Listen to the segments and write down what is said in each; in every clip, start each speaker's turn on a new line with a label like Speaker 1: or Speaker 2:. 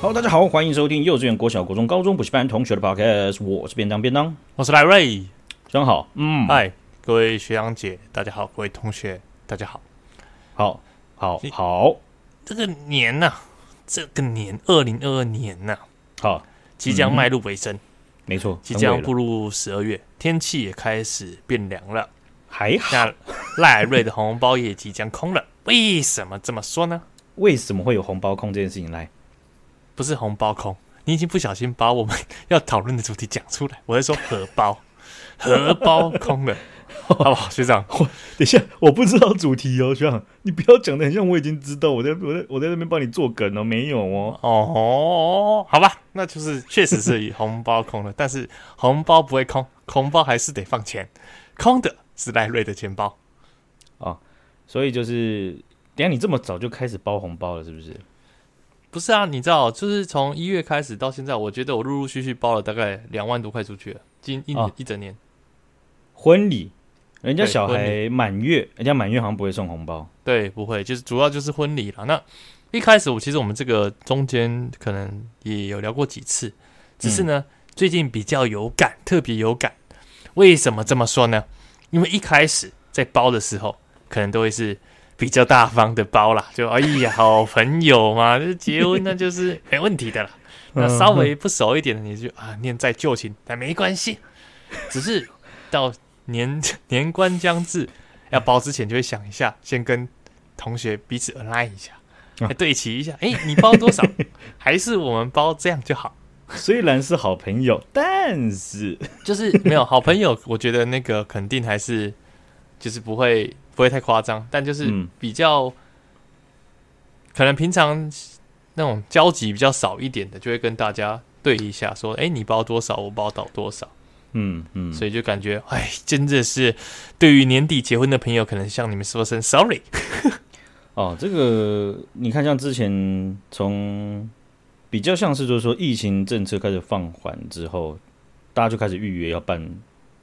Speaker 1: Hello，大家好，欢迎收听幼稚园、国小、国中、高中补习班同学的 Podcast，我是便当便当，
Speaker 2: 我是赖瑞，
Speaker 1: 真好，嗯，
Speaker 2: 嗨、各位学长姐，大家好，各位同学，大家好。
Speaker 1: 好，好，好，
Speaker 2: 这个年呐、这个年，二零二二年呐、
Speaker 1: 好，
Speaker 2: 即将迈入尾声，
Speaker 1: 没错，
Speaker 2: 即
Speaker 1: 很
Speaker 2: 将
Speaker 1: 伟了
Speaker 2: 步入十二月，天气也开始变凉了，
Speaker 1: 还好，
Speaker 2: 那赖瑞的红包也即将空了。为什么这么说呢？
Speaker 1: 为什么会有红包控这件事情来？
Speaker 2: 不是红包空，你已经不小心把我们要讨论的主题讲出来。我在说荷包，荷包空了，好不好，学长？
Speaker 1: 等一下，我不知道主题哦，学长，你不要讲的很像我已经知道，我在我在我在那边帮你做梗哦，没有哦，
Speaker 2: 哦，好吧，那就是确实是以红包空了，但是红包不会空，红包还是得放钱，空的是赖瑞的钱包。
Speaker 1: 所以就是，等一下你这么早就开始包红包了，是不是？
Speaker 2: 不是啊，你知道，就是从一月开始到现在，我觉得我陆陆续续包了大概两万多块出去了，今一、
Speaker 1: 哦
Speaker 2: 一整年。
Speaker 1: 婚礼，人家
Speaker 2: 对
Speaker 1: 小
Speaker 2: 婚
Speaker 1: 孩满月，人家满月好像不会送红包，
Speaker 2: 对，不会，就是主要就是婚礼了。那一开始我其实我们这个中间可能也有聊过几次，只是呢、最近比较有感，特别有感。为什么这么说呢？因为一开始在包的时候，可能都会是比较大方的包啦，就哎呀，好朋友嘛，就结婚那就是没问题的啦。
Speaker 1: 嗯
Speaker 2: 那稍微不熟一点的，你就啊念在旧情，但没关系。只是到年 年关将至，要包之前就会想一下，先跟同学彼此 align 一下，
Speaker 1: 啊
Speaker 2: 来对齐一下。哎、你包多少？还是我们包这样就好？
Speaker 1: 虽然是好朋友，但是
Speaker 2: 就是没有好朋友，我觉得那个肯定还是就是不会不会太夸张，但就是
Speaker 1: 嗯
Speaker 2: 比较、可能平常那种交集比较少一点的，就会跟大家对一下，说，哎、你包多少，我包到多少，
Speaker 1: 嗯嗯，
Speaker 2: 所以就感觉，哎，真的是对于年底结婚的朋友，可能向你们说声 sorry。
Speaker 1: 哦，这个你看，像之前从比较像是就是说疫情政策开始放缓之后，大家就开始预约要办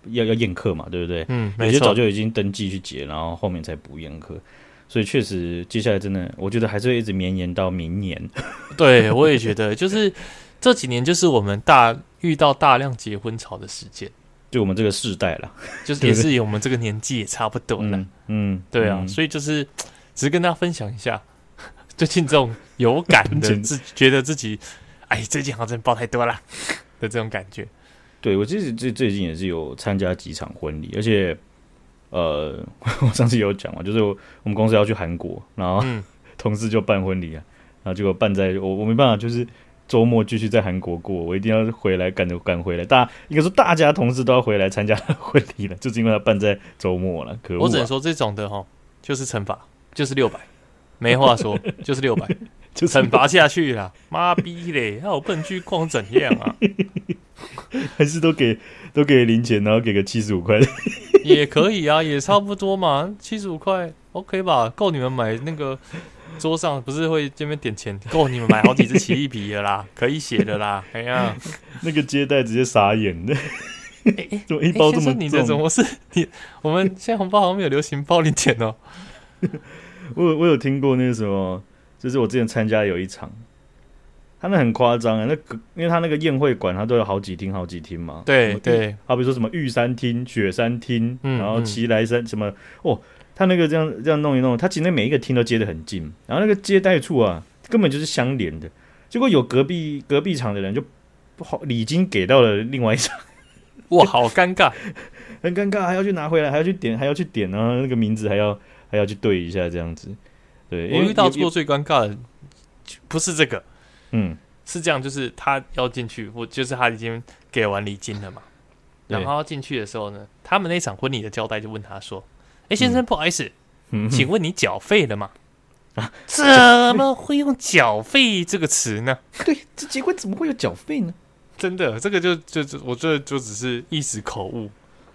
Speaker 1: 要要宴客嘛，对不对？
Speaker 2: 嗯，
Speaker 1: 有
Speaker 2: 没
Speaker 1: 些早
Speaker 2: 错，
Speaker 1: 就已经登记去结，然后后面才补宴客，所以确实接下来真的，我觉得还是会一直绵延到明年。
Speaker 2: 对我也觉得，就是这几年就是我们大遇到大量结婚潮的时间，
Speaker 1: 就我们这个世代了，
Speaker 2: 就是也是我们这个年纪也差不多了。
Speaker 1: 嗯嗯，
Speaker 2: 对啊，
Speaker 1: 嗯
Speaker 2: 所以就是只是跟大家分享一下， 最近这种有感 的
Speaker 1: 真
Speaker 2: 自觉得自己，哎，最近好像真包太多了的这种感觉。
Speaker 1: 对我其实最最近也是有参加几场婚礼，而且呃， 我上次有讲嘛，就是我我们公司要去韩国，然后
Speaker 2: 嗯，
Speaker 1: 同事就办婚礼啊，然后结果办在我我没办法，就是周末继续在韩国过，我一定要回来赶着赶回来。大应该说大家同事都要回来参加 婚礼了，就是因为他办在周末了，可恶、啊！
Speaker 2: 我只能说这种的哈，就是惩罚，就是六 百，没话说， 就是六百，
Speaker 1: 就是
Speaker 2: 惩罚下去啦。妈逼嘞，那我不能去逛怎样啊？
Speaker 1: 还是都给都给零钱，然后给个七十五块。
Speaker 2: 也可以啊，也差不多嘛，七十五块，OK 吧？够你们买那个桌上不是会这边点钱，够你们买好几支奇异笔的啦，可以写的啦。哎呀，
Speaker 1: 那个接待直接傻眼的， 怎么一
Speaker 2: 哎
Speaker 1: 包这
Speaker 2: 先
Speaker 1: 么
Speaker 2: 生你的怎
Speaker 1: 重？
Speaker 2: 么是你？我们现在红包好像没有流行包零钱 哦。
Speaker 1: 我有我有听过那个什么，就是我之前参加有一场。他那很夸张啊，那个因为他那个宴会馆，他都有好几厅好几厅嘛。
Speaker 2: 对
Speaker 1: 什么
Speaker 2: 对，
Speaker 1: 好比说什么玉山厅、雪山厅，
Speaker 2: 嗯
Speaker 1: 然后
Speaker 2: 嗯
Speaker 1: 奇来山什么哦，他那个这样这样弄一弄，他其实每一个厅都接得很近，然后那个接待处啊，根本就是相连的。结果有隔壁隔壁场的人就不好礼金给到了另外一场，
Speaker 2: 哇，好尴尬。
Speaker 1: 很尴尬，还要去拿回来，还要去点，还要去点，然后那个名字还要还要去对一下这样子。对，因
Speaker 2: 我
Speaker 1: 为
Speaker 2: 遇到
Speaker 1: 也
Speaker 2: 过最尴尬的不是这个，
Speaker 1: 嗯，
Speaker 2: 是这样，就是他要进去，我就是他已经给完礼金了嘛。
Speaker 1: 对
Speaker 2: 然后他进去的时候呢，他们那场婚礼的交代就问他说：“哎，先生，不好意思，
Speaker 1: 嗯啊
Speaker 2: 请问你缴费了吗？”怎么会用“缴费”这个词呢？
Speaker 1: 对，这结果怎么会有缴费呢？
Speaker 2: 真的，这个就就就，我觉得就只是一时口误。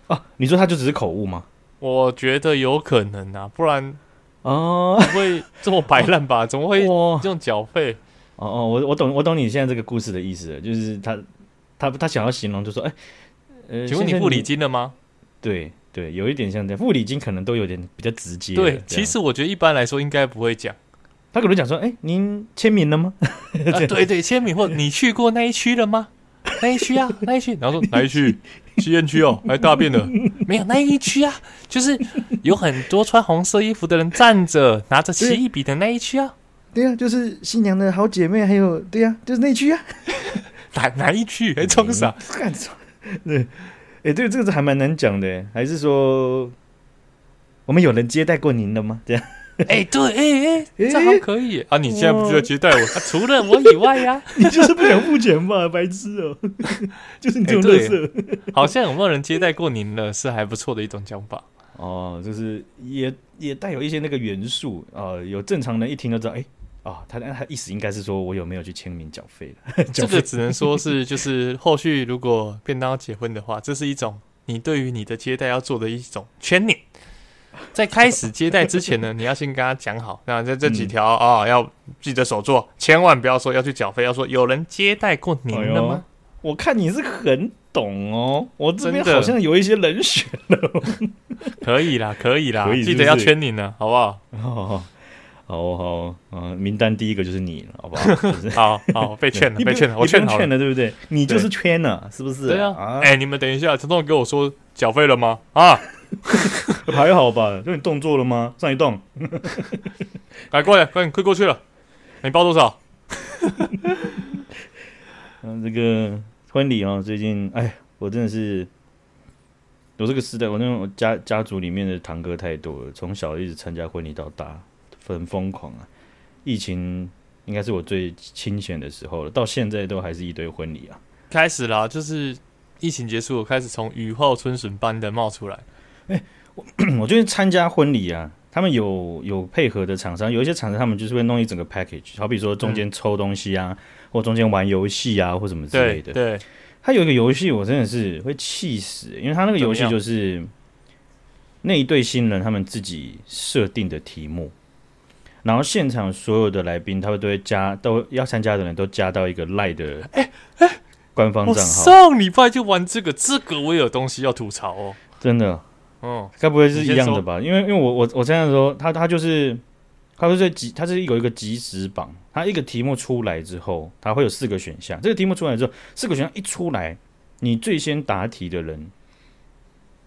Speaker 1: 啊，你说他就只是口误吗？
Speaker 2: 我觉得有可能啊，不然
Speaker 1: 哦，
Speaker 2: 不会这么摆烂吧？怎么会
Speaker 1: 哇，
Speaker 2: 用缴费？
Speaker 1: 哦哦，我我懂我懂你现在这个故事的意思了，就是他他他想要形容，就说哎、呃，
Speaker 2: 请问你
Speaker 1: 先生
Speaker 2: 付礼？金了吗？
Speaker 1: 对对，有一点像这样，付礼金可能都有点比较直接了。
Speaker 2: 对，
Speaker 1: 这样
Speaker 2: 其实我觉得一般来说应该不会讲，
Speaker 1: 他可能讲说，哎、您签名了吗？
Speaker 2: 啊、对对，签名或你去过那一区了 吗？那一区啊，那一区，然后说哪一区？吸烟区哦，还大便 的，没有那一区啊，就是有很多穿红色衣服的人站 着拿着奇异笔的那一区啊，
Speaker 1: 对呀、就是新娘的好姐妹，还有对呀、就是内区啊，
Speaker 2: 哪哪一区？还冲 啥？
Speaker 1: 干什么？对，哎、对，这个还蛮难讲的，还是说我们有人接待过您的吗？这样，
Speaker 2: 哎、对，哎、哎、
Speaker 1: 哎
Speaker 2: 这好像可以耶啊！你现在不就在接待我？啊除了我以外啊 呀、
Speaker 1: 你就是不想付钱吧， 白痴哦、就是你这种
Speaker 2: 哎
Speaker 1: 乐
Speaker 2: 对
Speaker 1: 色、
Speaker 2: 好像有没有人接待过您了？是还不错的一种讲法。
Speaker 1: 哦，就是也也带有一些那个元素啊、呃有正常人一听就知道，哎、啊，他他意思应该是说我有没有去签名缴费了？
Speaker 2: 这
Speaker 1: 缴
Speaker 2: 个
Speaker 1: 费
Speaker 2: 只能说是，就是后续如果便当要结婚的话，这是一种你对于你的接待要做的一种圈念。在开始接待之前呢，你要先跟他讲好，那这这几条啊、哦要记得手做，千万不要说要去缴费，要说有人接待过
Speaker 1: 哎
Speaker 2: 您了吗？
Speaker 1: 我看你是很懂哦，我这边
Speaker 2: 真的
Speaker 1: 好像有一些人选
Speaker 2: 可以啦，可以啦，
Speaker 1: 可以
Speaker 2: 记
Speaker 1: 是不
Speaker 2: 得
Speaker 1: 是
Speaker 2: 要圈您了，好不好？
Speaker 1: 哦，好哦好哦，嗯、名单第一个就是你了，好不好？就是
Speaker 2: 好好，被 劝 了，
Speaker 1: 你不
Speaker 2: 被劝了，
Speaker 1: 你
Speaker 2: 我
Speaker 1: 不用
Speaker 2: 好
Speaker 1: 劝
Speaker 2: 了。
Speaker 1: 了，对不对？你就是圈了，是不是？
Speaker 2: 对啊
Speaker 1: 啊，，
Speaker 2: 哎、你们等一下，陈总给我说缴费了吗？啊，
Speaker 1: 还好吧？就你动作了吗？上一动，
Speaker 2: 来过来，快点快过去了，你包多少？
Speaker 1: 嗯，这个婚礼哦，最近，哎，我真的是，我这个时代，我那种家家族里面的堂哥太多了，从小一直参加婚礼到大，很疯狂啊。疫情应该是我最清闲的时候了，到现在都还是一堆婚礼啊。
Speaker 2: 开始啦，就是疫情结束，开始从雨后春笋般的冒出来。
Speaker 1: 我觉得参加婚礼啊，他们有有配合的厂商，有一些厂商他们就是会弄一整个 package，好比说中间抽东西啊，或中间玩游戏啊，或什么之类
Speaker 2: 对
Speaker 1: 的。
Speaker 2: 对，
Speaker 1: 他有一个游戏，我真的是会气死，因为他那个游戏就是那一对新人他们自己设定的题目，然后现场所有的来宾他们都会加，都要参加的人都加到一个赖的官方
Speaker 2: 我
Speaker 1: 账号，
Speaker 2: 哦上礼拜就玩这个，这个我也有东西要吐槽哦。
Speaker 1: 真的。
Speaker 2: 嗯，
Speaker 1: 该不会是一样的吧？因为因为我我我这样说，他他就是他就是即他是有一个即时榜，他一个题目出来之后，他会有四个选项。这个题目出来之后，四个选项一出来，你最先答题的人，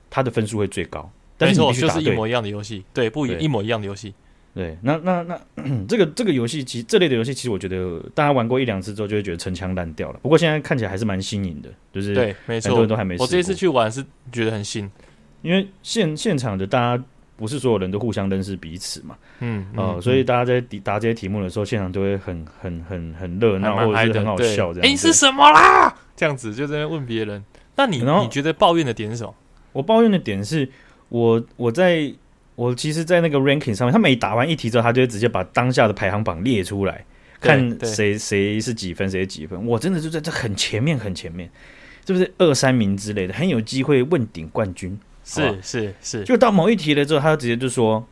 Speaker 1: 他的分数会最高。但
Speaker 2: 没
Speaker 1: 是你
Speaker 2: 错，
Speaker 1: 必须
Speaker 2: 就
Speaker 1: 答
Speaker 2: 是
Speaker 1: 对。
Speaker 2: 一模一样的游戏，对，不一
Speaker 1: 对
Speaker 2: 一模一样的游戏。
Speaker 1: 对，那那那这个这个游戏，其实这类的游戏，其实我觉得大家玩过一两次之后，就会觉得陈腔滥调了。不过现在看起来还是蛮新颖的，就是
Speaker 2: 对，没
Speaker 1: 很多
Speaker 2: 错
Speaker 1: 人。都还没试过。
Speaker 2: 我这次去玩是觉得很新。
Speaker 1: 因为现现场的大家不是所有人都互相认识彼此嘛。
Speaker 2: 嗯，
Speaker 1: 哦，
Speaker 2: 嗯
Speaker 1: 所以大家在答答这些题目的时候，现场都会很很很很热
Speaker 2: 还
Speaker 1: 闹，
Speaker 2: 蛮
Speaker 1: 或者
Speaker 2: 嗨
Speaker 1: 是
Speaker 2: 的，
Speaker 1: 很好
Speaker 2: 对
Speaker 1: 笑这
Speaker 2: 哎，
Speaker 1: 样
Speaker 2: 你
Speaker 1: 子。
Speaker 2: 是什么啦？这样子就在那边问别人。那你
Speaker 1: 然后
Speaker 2: 你觉得抱怨的点是什么？
Speaker 1: 我抱怨的点是，我我在我其实，在那个 ranking 上面，他每答完一题之后，他就会直接把当下的排行榜列出来，
Speaker 2: 对
Speaker 1: 看
Speaker 2: 对
Speaker 1: 谁谁是几分，谁是几分。我真的就在这很前面，很前面，是不是二三名之类的，很有机会问鼎冠军。好
Speaker 2: 是是是，
Speaker 1: 就到某一题了之后，他直接就说，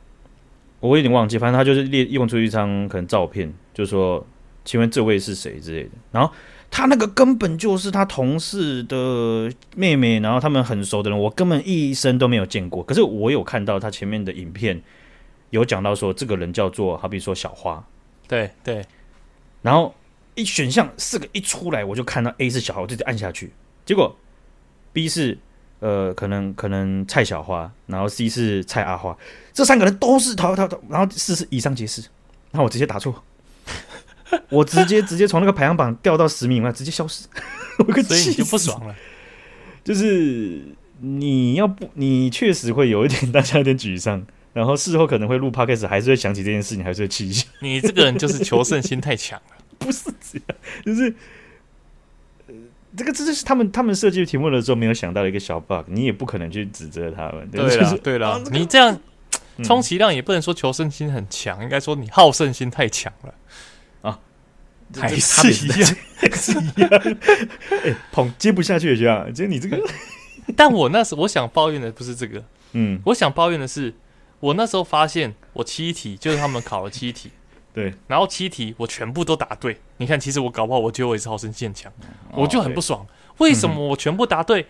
Speaker 1: 我有点忘记，反正他就是列用出一张可能照片，就说，请问这位是谁之类的。然后他那个根本就是他同事的妹妹，然后他们很熟的人，我根本一生都没有见过。可是我有看到他前面的影片有讲到说，这个人叫做好比说小花，
Speaker 2: 对对，
Speaker 1: 然后一选项四个一出来，我就看到 A 是小花，我就直接按下去。结果 B 是呃，可能可能蔡小花，然后 C 是蔡阿花，这三个人都是陶陶陶，然后四是以上皆是，然后我直接打 错，我直接直接从那个排行榜掉到十名以外，直接消失， 我个
Speaker 2: 所以你
Speaker 1: 气
Speaker 2: 就不
Speaker 1: 死，
Speaker 2: 爽了。
Speaker 1: 就是你要不你确实会有一点 大家有点沮丧。然后事后可能会录 podcast，还是会想起这件事情，还是会气一下。
Speaker 2: 你这个人就是求胜心太强了。
Speaker 1: 就是，呃这个这就是他们他们设计题目的时候没有想到的一个小 bug，你也不可能去指责他们。
Speaker 2: 对
Speaker 1: 就
Speaker 2: 啦
Speaker 1: 是
Speaker 2: 对啦
Speaker 1: 啊这，个
Speaker 2: 你这样
Speaker 1: 嗯
Speaker 2: 充其量也不能说求胜心很强，应该说你好胜心太强了
Speaker 1: 啊，
Speaker 2: 还是一样。
Speaker 1: 是一样。哎、捧接不下去也这样，就是你这个，
Speaker 2: 但我那时我想抱怨的不是这个，
Speaker 1: 嗯，
Speaker 2: 我想抱怨的是我那时候发现我七题就是他们考了七题，
Speaker 1: 对，
Speaker 2: 然后七题我全部都答对。你看，其实我搞不好我觉得我也是好胜心很强，我就很不
Speaker 1: 哦
Speaker 2: 爽，为什么我全部答对，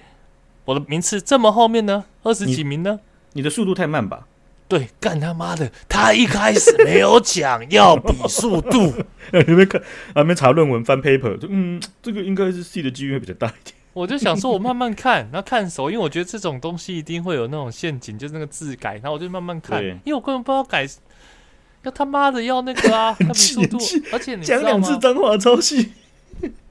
Speaker 2: 我的名次这么后面呢？二十几名呢？
Speaker 1: 对你的速度太慢吧？
Speaker 2: 对，干他妈的，他一开始没有讲要比速度，
Speaker 1: 你们看，还没查论文翻 paper，就嗯，这个应该是 C 的机会比较大一点。
Speaker 2: 我就想说，我慢慢看， 然后看熟，因为我觉得这种东西一定会有那种陷阱，就是那个字改，然后我就慢慢看
Speaker 1: 对，
Speaker 2: 因为我根本不知道改，要他妈的要那 个啊，要比
Speaker 1: 气
Speaker 2: 速度
Speaker 1: 很气，
Speaker 2: 而且你知
Speaker 1: 讲
Speaker 2: 道
Speaker 1: 两
Speaker 2: 吗
Speaker 1: 次？脏话超细，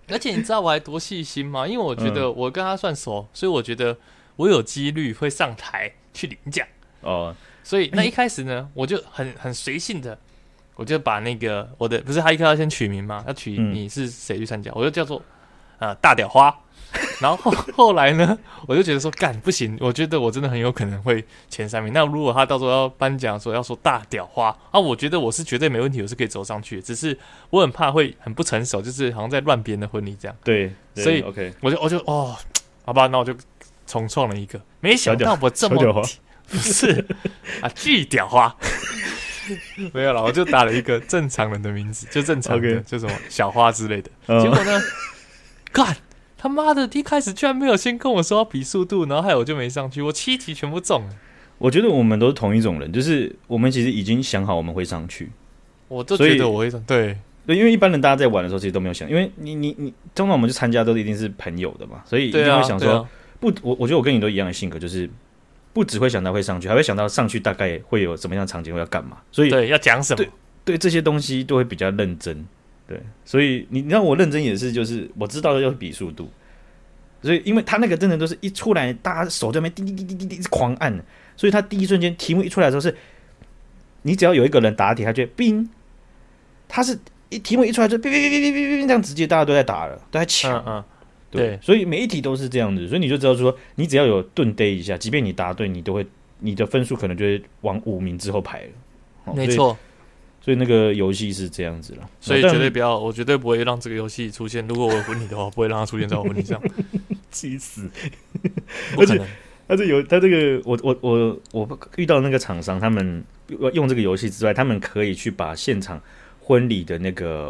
Speaker 2: 而且你知道我还多细心吗？因为我觉得
Speaker 1: 嗯
Speaker 2: 我跟他算熟，所以我觉得我有几率会上台去领奖。
Speaker 1: 哦，
Speaker 2: 所以那一开始呢，我就很很随性的，我就把那个我的不是他一开始要先取名嘛，要取
Speaker 1: 嗯
Speaker 2: 你是谁去参加，我就叫做呃大屌花。 然后后后来呢，我就觉得说干不行，我觉得我真的很有可能会前三名。那如果他到时候要颁奖的时候要说大屌花啊，我觉得我是绝对没问题，我是可以走上去的。只是我很怕会很不成熟，就是好像在乱别人的婚礼这样。
Speaker 1: 对，对
Speaker 2: 所以
Speaker 1: OK，
Speaker 2: 我就我就哦，好吧，那我就重创了一个，没想到我这
Speaker 1: 小屌花
Speaker 2: 么 不是啊，巨屌花， 没有了，我就打了一个正常人的名字，就正常的
Speaker 1: OK
Speaker 2: 就什么小花之类的。结
Speaker 1: 嗯
Speaker 2: 果呢，干他妈的，一开始居然没有先跟我说要比速度，然后害我就没上去，我七题全部中了，
Speaker 1: 我觉得我们都是同一种人，就是我们其实已经想好我们会上去，
Speaker 2: 我就
Speaker 1: 所以
Speaker 2: 觉得我会上对。
Speaker 1: 对，因为一般人大家在玩的时候其实都没有想，因为你你你，通常我们去参加都一定是朋友的嘛，所以一定
Speaker 2: 对啊，
Speaker 1: 会想
Speaker 2: 对
Speaker 1: 说，
Speaker 2: 啊
Speaker 1: 不，我我觉得我跟你都一样的性格，就是不只会想到会上去，还会想到上去大概会有什么样的场景，会要干嘛，所以
Speaker 2: 对，要讲什么？
Speaker 1: 对这些东西都会比较认真。对，所以你你让我认真也是，就是我知道要比速度，所以因为他那个真的都是一出来，大家手在那边滴滴滴滴滴滴一直狂按，所以他第一瞬间题目一出来的时候是，你只要有一个人答题，他就会冰，他是一题目一出来就哔哔哔哔哔哔这样直接大家都在打了，都在抢。
Speaker 2: 嗯嗯，对
Speaker 1: 所以每一题都是这样子，所以你就知道说，你只要有顿逮一下，即便你答对，你都会你的分数可能就会往五名之后排了。哦
Speaker 2: 没，错，
Speaker 1: 所以所以那个游戏是这样子了，
Speaker 2: 所以
Speaker 1: 但
Speaker 2: 绝对不要，我绝对不会让这个游戏出现。如果我有婚礼的话，我不会让它出现在我婚礼 上。
Speaker 1: 气死。
Speaker 2: 不可能。
Speaker 1: 他这有他这个，我我我我遇到那个厂商，他们用这个游戏之外，他们可以去把现场婚礼的那个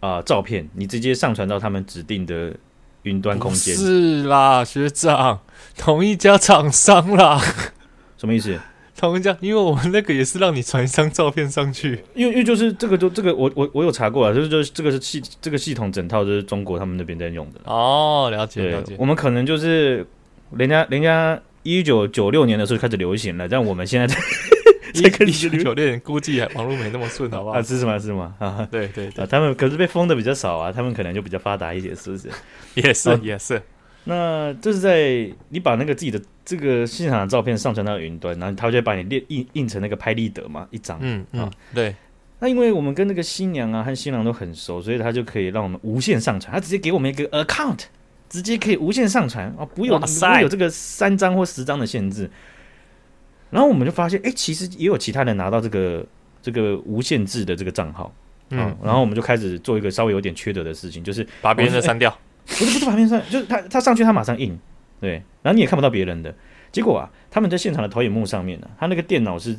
Speaker 1: 啊、呃照片，你直接上传到他们指定的云端空间
Speaker 2: 不，是啦，学长，同一家厂商啦，
Speaker 1: 什么意思？
Speaker 2: 同一家，因为我们那个也是让你传一张照片上去，
Speaker 1: 因为因为就是这个就这个我我我有查过啊，就是就是这个是系这个系统整套就是中国他们那边在用的啦。
Speaker 2: 哦，了解了
Speaker 1: 对，
Speaker 2: 解
Speaker 1: 我，们可能就是人家人家一九九六年的时候开始流行了，但我们现在在
Speaker 2: 一
Speaker 1: 这个
Speaker 2: 一九九六年估计还网络没那么顺，好不 好
Speaker 1: 啊？是吗是吗啊
Speaker 2: 对对对
Speaker 1: 啊，，他们可是被封的比较少啊，他们可能就比较发达一些，是不是？
Speaker 2: 也是
Speaker 1: 啊
Speaker 2: 也是，
Speaker 1: 那这是在你把那个自己的这个现场的照片上传到云端，然后他就会把你列印印成那个拍立得嘛，一张。
Speaker 2: 嗯嗯
Speaker 1: 啊，
Speaker 2: 对，
Speaker 1: 那因为我们跟那个新娘啊和新郎都很熟，所以他就可以让我们无限上传，他直接给我们一个 account，直接可以无限上传啊，不有
Speaker 2: 哇
Speaker 1: 不
Speaker 2: 塞
Speaker 1: 会有这个三张或十张的限制。然后我们就发现，哎，其实也有其他人拿到这个这个无限制的这个账号，嗯
Speaker 2: 嗯，，
Speaker 1: 然后我们就开始做一个稍微有点缺德的事情，就是
Speaker 2: 把别人的
Speaker 1: 我是
Speaker 2: 删掉，
Speaker 1: 不是不是把面上，就是他他上去他马上印，对，然后你也看不到别人的。结果啊，他们在现场的投影幕上面呢、啊他那个电脑是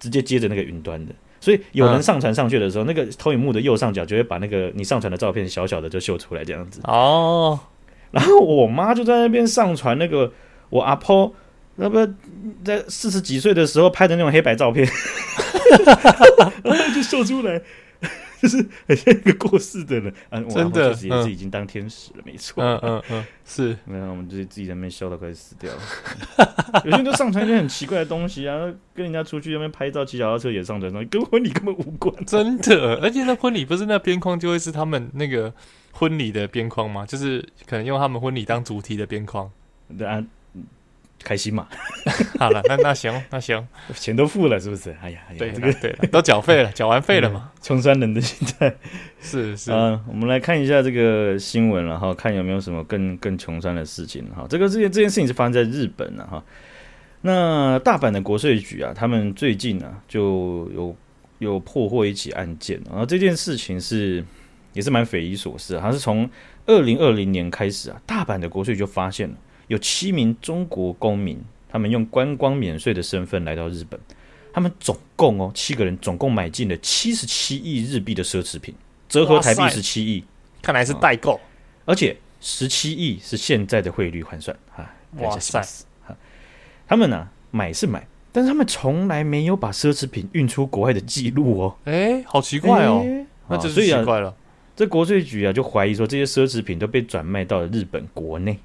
Speaker 1: 直接接着那个云端的，所以有人
Speaker 2: 嗯
Speaker 1: 上传上去的时候，那个投影幕的右上角就会把那个你上传的照片小小的就秀出来这样子。
Speaker 2: 哦，
Speaker 1: 然后我妈就在那边上传那个我阿婆，那不在四十几岁的时候拍的那种黑白照片，然后就秀出来， 就是很像一个过世的人。啊，我阿
Speaker 2: 真
Speaker 1: 婆
Speaker 2: 的
Speaker 1: 确实也是
Speaker 2: 嗯
Speaker 1: 已经当天使了，没错。
Speaker 2: 嗯嗯嗯，是，
Speaker 1: 没有，我们就是自己在那边笑到快死掉了。 有些人就上传一些很奇怪的东西啊，跟人家出去那边拍照、骑脚踏车也上传上去，跟婚礼根本无关。
Speaker 2: 真的，而且那婚礼不是那边框就会是他们那个婚礼的边框吗？就是可能用他们婚礼当主题的边框。
Speaker 1: 对啊，开心嘛，
Speaker 2: 好了，那那行那行，
Speaker 1: 钱都付了，是不是？哎呀，哎呀
Speaker 2: 对
Speaker 1: 这
Speaker 2: 啦
Speaker 1: 个
Speaker 2: 对啦，都缴费了，缴完费了嘛，
Speaker 1: 冲山人的心态
Speaker 2: 是是，
Speaker 1: 啊、我们来看一下这个新闻了哈，看有没有什么更更穷酸的事情哈。这个这件这件事情是发生在日本啊了哈。那大阪的国税局啊，他们最近啊就有有破获一起案件，然后这件事情是也是蛮匪夷所思、啊，它是从二零二零年开始啊，大阪的国税局就发现了有七名中国公民，他们用观光免税的身份来到日本，他们总共哦七个人总共买进了七十七亿日币的奢侈品。折合台币
Speaker 2: 哇塞
Speaker 1: 十七亿，
Speaker 2: 看来是代购。
Speaker 1: 而且十七亿
Speaker 2: 呃
Speaker 1: 是现在的汇率换算啊！
Speaker 2: 哇塞
Speaker 1: 吓死啊他们呢、买是买，但是他们从来没有把奢侈品运出国外的记录哦，
Speaker 2: 哎，好奇怪哦，
Speaker 1: 诶
Speaker 2: 那
Speaker 1: 啊
Speaker 2: 这是
Speaker 1: 所以
Speaker 2: 奇
Speaker 1: 啊，
Speaker 2: 怪了。
Speaker 1: 这国税局啊就怀疑说这些奢侈品都被转卖到了日本国内，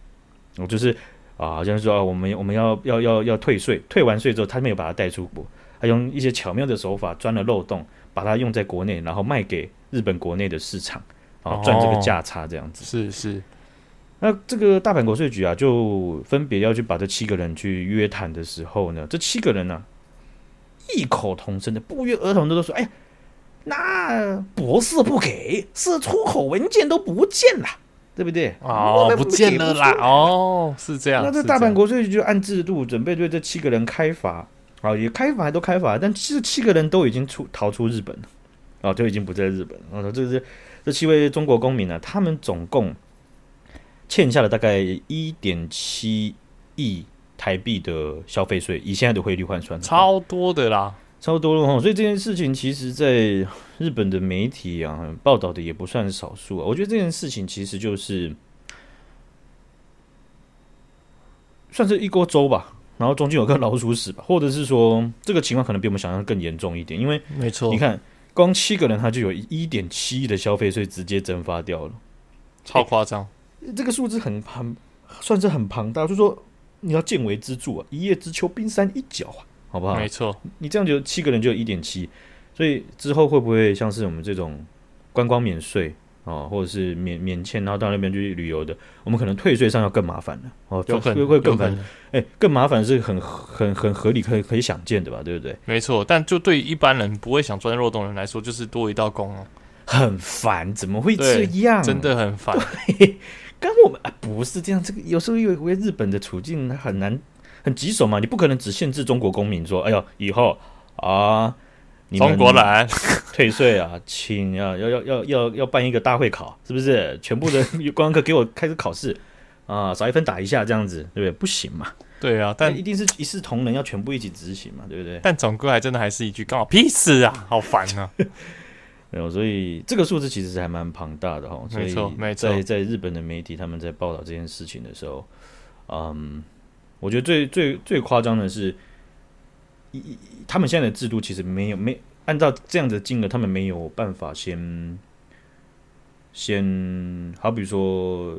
Speaker 1: 我就是啊，好像是说、啊、我们我们要要要要退税，退完税之后他没有把它带出国，他用一些巧妙的手法钻了漏洞，把它用在国内，然后卖给日本国内的市场，啊
Speaker 2: 哦
Speaker 1: 赚这个价差这样子。
Speaker 2: 是是，
Speaker 1: 那这个大阪国税局啊，就分别要去把这七个人去约谈的时候呢，这七个人呢、啊异口同声的不约而同的都说：“哎呀，那博士不给，是出口文件都不见了，对不对？”
Speaker 2: 哦
Speaker 1: 那，
Speaker 2: 不见了啦，。哦，是这样。
Speaker 1: 那这
Speaker 2: 是
Speaker 1: 大
Speaker 2: 样
Speaker 1: 阪国税局就按制度准备对这七个人开罚，啊，也开罚都开罚，但这七个人都已经出逃出日本了，啊，都已经不在日本了。啊，这是这七位中国公民呢、啊他们总共欠下了大概一点七亿台币的消费税，以现在的汇率换算的话，
Speaker 2: 超多的啦，
Speaker 1: 超多了哈。所以这件事情其实在日本的媒体啊报道的也不算少数啊。我觉得这件事情其实就是算是一锅粥吧，然后中间有个老鼠屎吧，或者是说这个情况可能比我们想象更严重一点，因为
Speaker 2: 没错
Speaker 1: 你，看光七个人他就有一点七亿的消费税直接蒸发掉了。
Speaker 2: 超夸张。
Speaker 1: 这个数字很很算是很庞大，就说你要见微知著啊，一叶知秋，冰山一角啊，好不好？
Speaker 2: 没错，
Speaker 1: 你这样就七个人就有一点七，所以之后会不会像是我们这种观光免税哦，或者是免免签，然后到那边去旅游的，我们可能退税上要更麻烦了哦，
Speaker 2: 有可
Speaker 1: 会
Speaker 2: 能
Speaker 1: 会
Speaker 2: 有
Speaker 1: 更
Speaker 2: 可
Speaker 1: 烦，
Speaker 2: 能，
Speaker 1: 哎、更麻烦是很很很合理，可以可以想见的吧，对不对？
Speaker 2: 没错。但就对于一般人不会想钻漏洞的人来说，就是多一道工哦，
Speaker 1: 很烦，怎么会这
Speaker 2: 对
Speaker 1: 样？
Speaker 2: 真的很烦。
Speaker 1: 跟我们啊不是这样，这个有时候因为日本的处境很难很棘手嘛，你不可能只限制中国公民说，哎呦，以后啊，你们
Speaker 2: 中国人，
Speaker 1: 退税啊，请啊，要要要要要办一个大会考，是不是？全部的观光客给我开始考试啊，少一分打一下这样子，对不对？不行嘛，
Speaker 2: 对啊，
Speaker 1: 但
Speaker 2: 但
Speaker 1: 一定是一视同仁，要全部一起执行嘛，对不对？
Speaker 2: 但总归还真的还是一句，刚好屁事啊，好烦 啊。
Speaker 1: 没有，哦所以这个数字其实是还蛮庞大的哈。所以
Speaker 2: 没错没错
Speaker 1: 在在日本的媒体他们在报道这件事情的时候，嗯，我觉得最最最夸张的是，一一他们现在的制度其实没有没按照这样的金额，他们没有办法先先好比说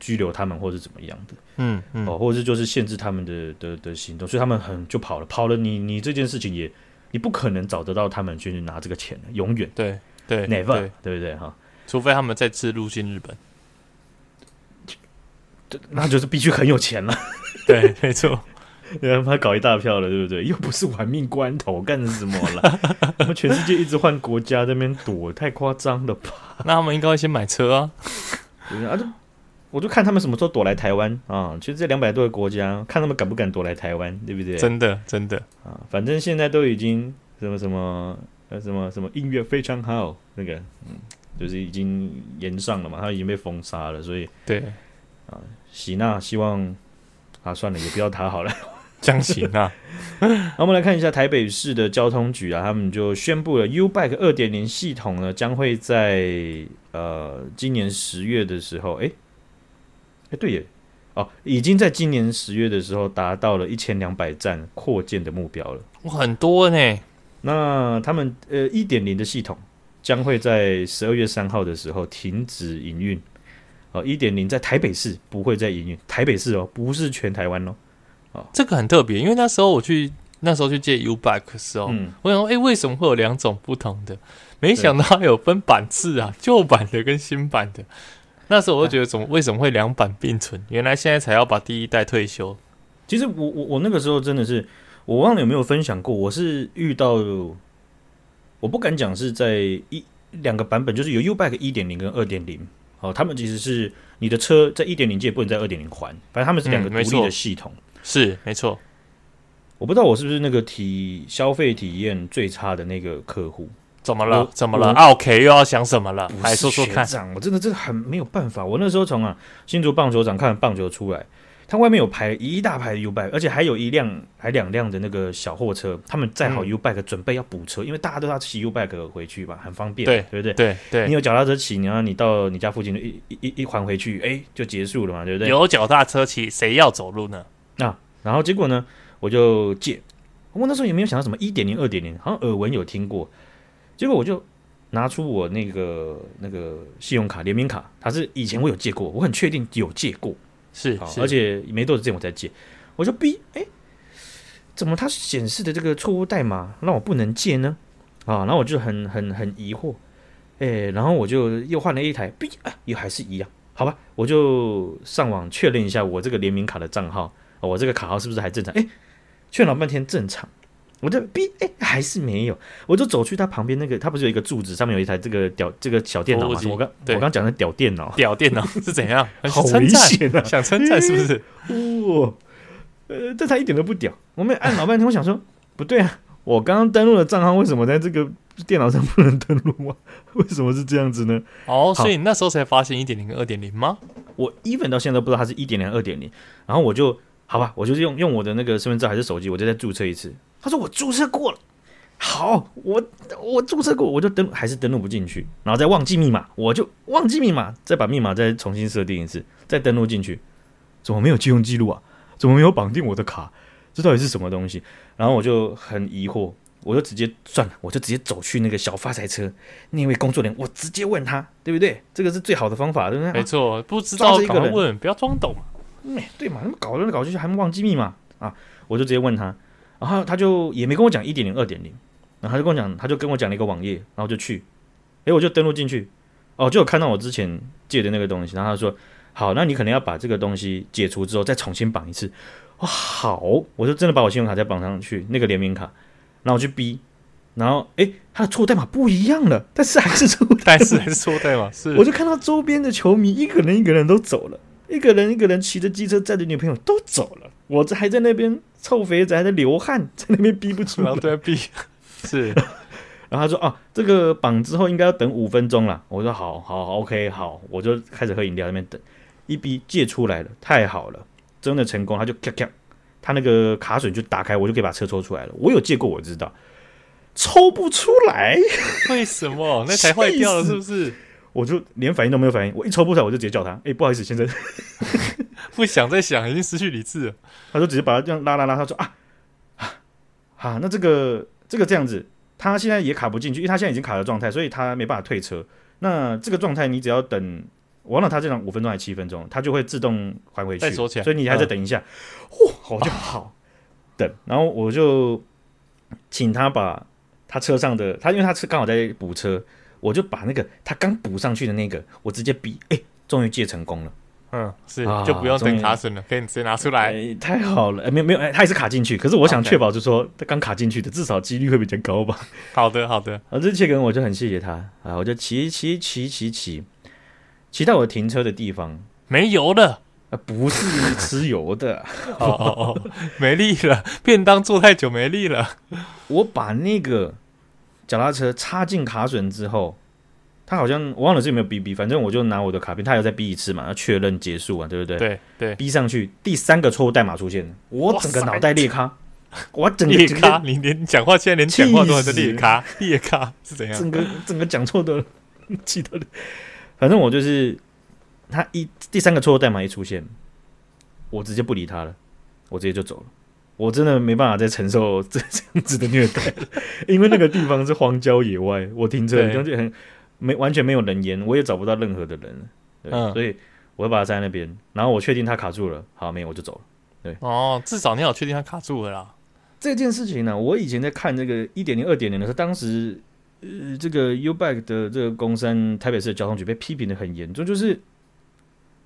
Speaker 1: 拘留他们或者怎么样的。
Speaker 2: 嗯嗯，
Speaker 1: 哦，或者是就是限制他们的的的行动，所以他们很就跑了，跑了你你这件事情也你不可能找得到他们去拿这个钱的，永远
Speaker 2: 对对
Speaker 1: never，
Speaker 2: 哎
Speaker 1: 对
Speaker 2: 对
Speaker 1: 不对哈？
Speaker 2: 除非他们再次入侵日本。
Speaker 1: 这那就是必须很有钱了，
Speaker 2: 对，没错，
Speaker 1: 他妈搞一大票了，对不对？又不是玩命关头，干什么了？ 他们全世界一直换国家在那边躲，太夸张了吧？
Speaker 2: 那他们应该会先买车啊。
Speaker 1: 对不对啊，就我就看他们什么时候躲来台湾啊！其实这两百多个国家，看他们敢不敢躲来台湾，对不对？
Speaker 2: 真的真的，
Speaker 1: 啊，反正现在都已经什么什么呃什么什么音乐非常好，那个嗯，就是已经延上了嘛，他已经被封杀了，所以
Speaker 2: 对，
Speaker 1: 喜娜希望啊算了，也不要他好了。
Speaker 2: 江行啊，
Speaker 1: 那我们来看一下台北市的交通局啊，他们就宣布了 U Bike 二点零系统呢，将会在呃今年十月的时候，诶，诶，对耶，哦，已经在今年十月的时候达到了一千两百站扩建的目标了。
Speaker 2: 哇，很多呢。
Speaker 1: 那他们呃一点零的系统将会在十二月三号的时候停止营运。哦，一点零在台北市不会再营运，台北市哦，不是全台湾哦。
Speaker 2: 这个很特别，因为那时候我去那时候去借 U b i k 的时候，
Speaker 1: 嗯，
Speaker 2: 我想说，哎、为什么会有两种不同的？没想到有分版次啊，旧版的跟新版的。那时候我就觉得，怎么为什么会两版并存？原来现在才要把第一代退休。
Speaker 1: 其实我我我那个时候真的是，我忘了有没有分享过，我是遇到，我不敢讲是在一两个版本，就是有 U Bike 一点零跟二点零。哦，他们其实是你的车在一点零界不能在二点零还，反正他们是两个
Speaker 2: 嗯
Speaker 1: 独
Speaker 2: 没
Speaker 1: 立
Speaker 2: 错
Speaker 1: 的系统。
Speaker 2: 是，没错，
Speaker 1: 我不知道我是不是那个体消费体验最差的那个客户，
Speaker 2: 怎么了
Speaker 1: 我？
Speaker 2: 怎么了
Speaker 1: 我
Speaker 2: 啊？OK，又要想什么了？
Speaker 1: 不
Speaker 2: 来
Speaker 1: 是
Speaker 2: 说说看
Speaker 1: 学。长，我真的真的很没有办法。我那时候从啊新竹棒球场看棒球出来，它外面有排一大排的 U bike，而且还有一辆还两辆的那个小货车，他们载好
Speaker 2: 嗯
Speaker 1: U bike 准备要补车，因为大家都要骑 U bike 回去嘛，很方便，
Speaker 2: 对
Speaker 1: 对不对？
Speaker 2: 对
Speaker 1: 你
Speaker 2: 对，
Speaker 1: 有脚踏车骑，然后你到你家附近就一一一一环回去，哎，就结束了嘛，对不对？
Speaker 2: 有脚踏车骑，谁要走路呢？
Speaker 1: 然后结果呢，我就借，我那时候也没有想到什么一点零、二点零，好像耳闻有听过。结果我就拿出我那个那个信用卡联名卡，它是以前我有借过，我很确定有借过，
Speaker 2: 是
Speaker 1: 好，，
Speaker 2: 是
Speaker 1: 而且没多久之前我在借，我就逼哎、怎么它显示的这个错误代码让我不能借呢？啊，然后我就很很很疑惑，哎、然后我就又换了一台，逼啊，又还是一样，好吧，我就上网确认一下我这个联名卡的账号，啊我这个卡号是不是还正常？哎、确认老半天正常，我就逼哎、还是没有，我就走去他旁边那个，他不是有一个柱子，上面有一台这个屌这个小电脑
Speaker 2: 服务
Speaker 1: 嘛？
Speaker 2: 机
Speaker 1: 我刚
Speaker 2: 对
Speaker 1: 我刚讲的屌电脑，
Speaker 2: 屌 电脑是怎样？
Speaker 1: 好
Speaker 2: 称
Speaker 1: 危
Speaker 2: 赞，
Speaker 1: 险啊！嗯
Speaker 2: 想称赞是不是？
Speaker 1: 哇、哦呃，这他一点都不屌。我们按老半天，我想说，不对啊，我刚刚登录的账号为什么在这个电脑上不能登录啊？为什么是这样子呢？
Speaker 2: 哦，所以你那时候才发现一点零跟二点零吗？
Speaker 1: 我 even 到现在都不知道它是一点零、二点零。然后我就好吧，我就是用用我的那个身份证还是手机，我就再注册一次。他说我注册过了。好，我我注册过，我就登还是登录不进去，然后再忘记密码，我就忘记密码，再把密码再重新设定一次，再登录进去，怎么没有借用记录啊？怎么没有绑定我的卡？这到底是什么东西？然后我就很疑惑，我就直接算了，我就直接走去那个小发财车那位工作人员，我直接问他，对不对？这个是最好的方法，对不对？
Speaker 2: 没错，不知
Speaker 1: 抓
Speaker 2: 道
Speaker 1: 啊着一
Speaker 2: 赶
Speaker 1: 个
Speaker 2: 快
Speaker 1: 人
Speaker 2: 问，不要装懂。
Speaker 1: 嗯，对嘛，那么搞来搞去还忘记密码啊，我就直接问他，然后他就也没跟我讲一点零、二点零，然后他就跟我讲，他就跟我讲了一个网页，然后就去，诶，我就登录进去，哦，就有看到我之前借的那个东西，然后他说，好，那你可能要把这个东西解除之后再重新绑一次，哦，好，我就真的把我信用卡再绑上去，那个联名卡，然后我去逼，然后诶，他的错误代码不一样了，但是还是错误代码，
Speaker 2: 但是还是错 对吗？是
Speaker 1: 我就看到周边的球迷一个人一个人都走了，一个人一个人骑着机车载着女朋友都走了，我这还在那边臭肥仔还在流汗， 在那边逼不出
Speaker 2: 然
Speaker 1: 来
Speaker 2: 后。对 B 是
Speaker 1: 然后他说：“哦、这个绑之后应该要等五分钟啦。”我说：“啊好好好，OK，好。”我就开始喝饮料，在那边等。一逼借出来了，太好了，真的成功。他就咔咔，他那个卡水就打开，我就可以把车抽出来了。我有借过，我知道， 抽不出来，
Speaker 2: 为什 么那台坏掉了？
Speaker 1: 气
Speaker 2: 是
Speaker 1: 死
Speaker 2: 不是
Speaker 1: 我就连反应都没有反应。我一抽不出来，我就直接叫他：“哎、不好意思，先生，
Speaker 2: 不想再想，已经失去理智了。
Speaker 1: 他就直接把他这样拉拉拉，他说啊啊啊，那这个这个这样子，他现在也卡不进去，因为他现在已经卡了状态，所以他没办法退车。那这个状态你只要等，我忘了他这样五分钟还是七分钟，他就会自动还回去，
Speaker 2: 再锁起来嗯
Speaker 1: 所以你还在等一下，嚯、我就好等，然后我就请他把他车上的他，因为他车刚好在补车，我就把那个他刚补上去的那个，我直接逼，哎、终于借成功了。
Speaker 2: 嗯，是
Speaker 1: 啊
Speaker 2: 就不用
Speaker 1: 终
Speaker 2: 等
Speaker 1: 于
Speaker 2: 卡损了，可以直接拿出来。
Speaker 1: 哎，太好了，哎，没有没有，哎，他也是卡进去，可是我想
Speaker 2: OK
Speaker 1: 确保，就是说他刚卡进去的，至少几率会比较高吧。
Speaker 2: 好的，好的，
Speaker 1: 啊，这切梗我就很谢谢他啊，我就骑骑骑骑骑，骑到我停车的地方，
Speaker 2: 没 油了。
Speaker 1: 啊，不是吃油的，
Speaker 2: 哦哦哦，没力了，便当做太久没力了。
Speaker 1: 我把那个脚踏车插进卡榫之后，他好像我忘了是有没有逼逼，反正我就拿我的卡片，他有再逼一次嘛，要确认结束嘛，对不对？
Speaker 2: 对对，
Speaker 1: 逼上去，第三个错误代码出现了，我整个
Speaker 2: 哇塞
Speaker 1: 脑袋裂开，我整个
Speaker 2: 裂
Speaker 1: 整个
Speaker 2: 咖，你连讲话现在连讲话都还在
Speaker 1: 气死
Speaker 2: 裂咖，裂咖是怎样？
Speaker 1: 整个 整个讲错的，记得的。反正我就是他一第三个错误代码一出现，我直接不理他了，我直接就走了。我真的没办法再承受这这样子的虐待 了，因为那个地方是荒郊野外，我停车
Speaker 2: 对
Speaker 1: 就很没完全没有人烟，我也找不到任何的人，对，
Speaker 2: 嗯
Speaker 1: 所以我就把他塞在那边，然后我确定他卡住了，好，没有我就走了。
Speaker 2: 哦，至少你有确定它卡住了啦。
Speaker 1: 这件事情呢、我以前在看这个一点零、二点零的时候，当时呃，这个 U Bike 的这个工山台北市的交通局被批评的很严重，就是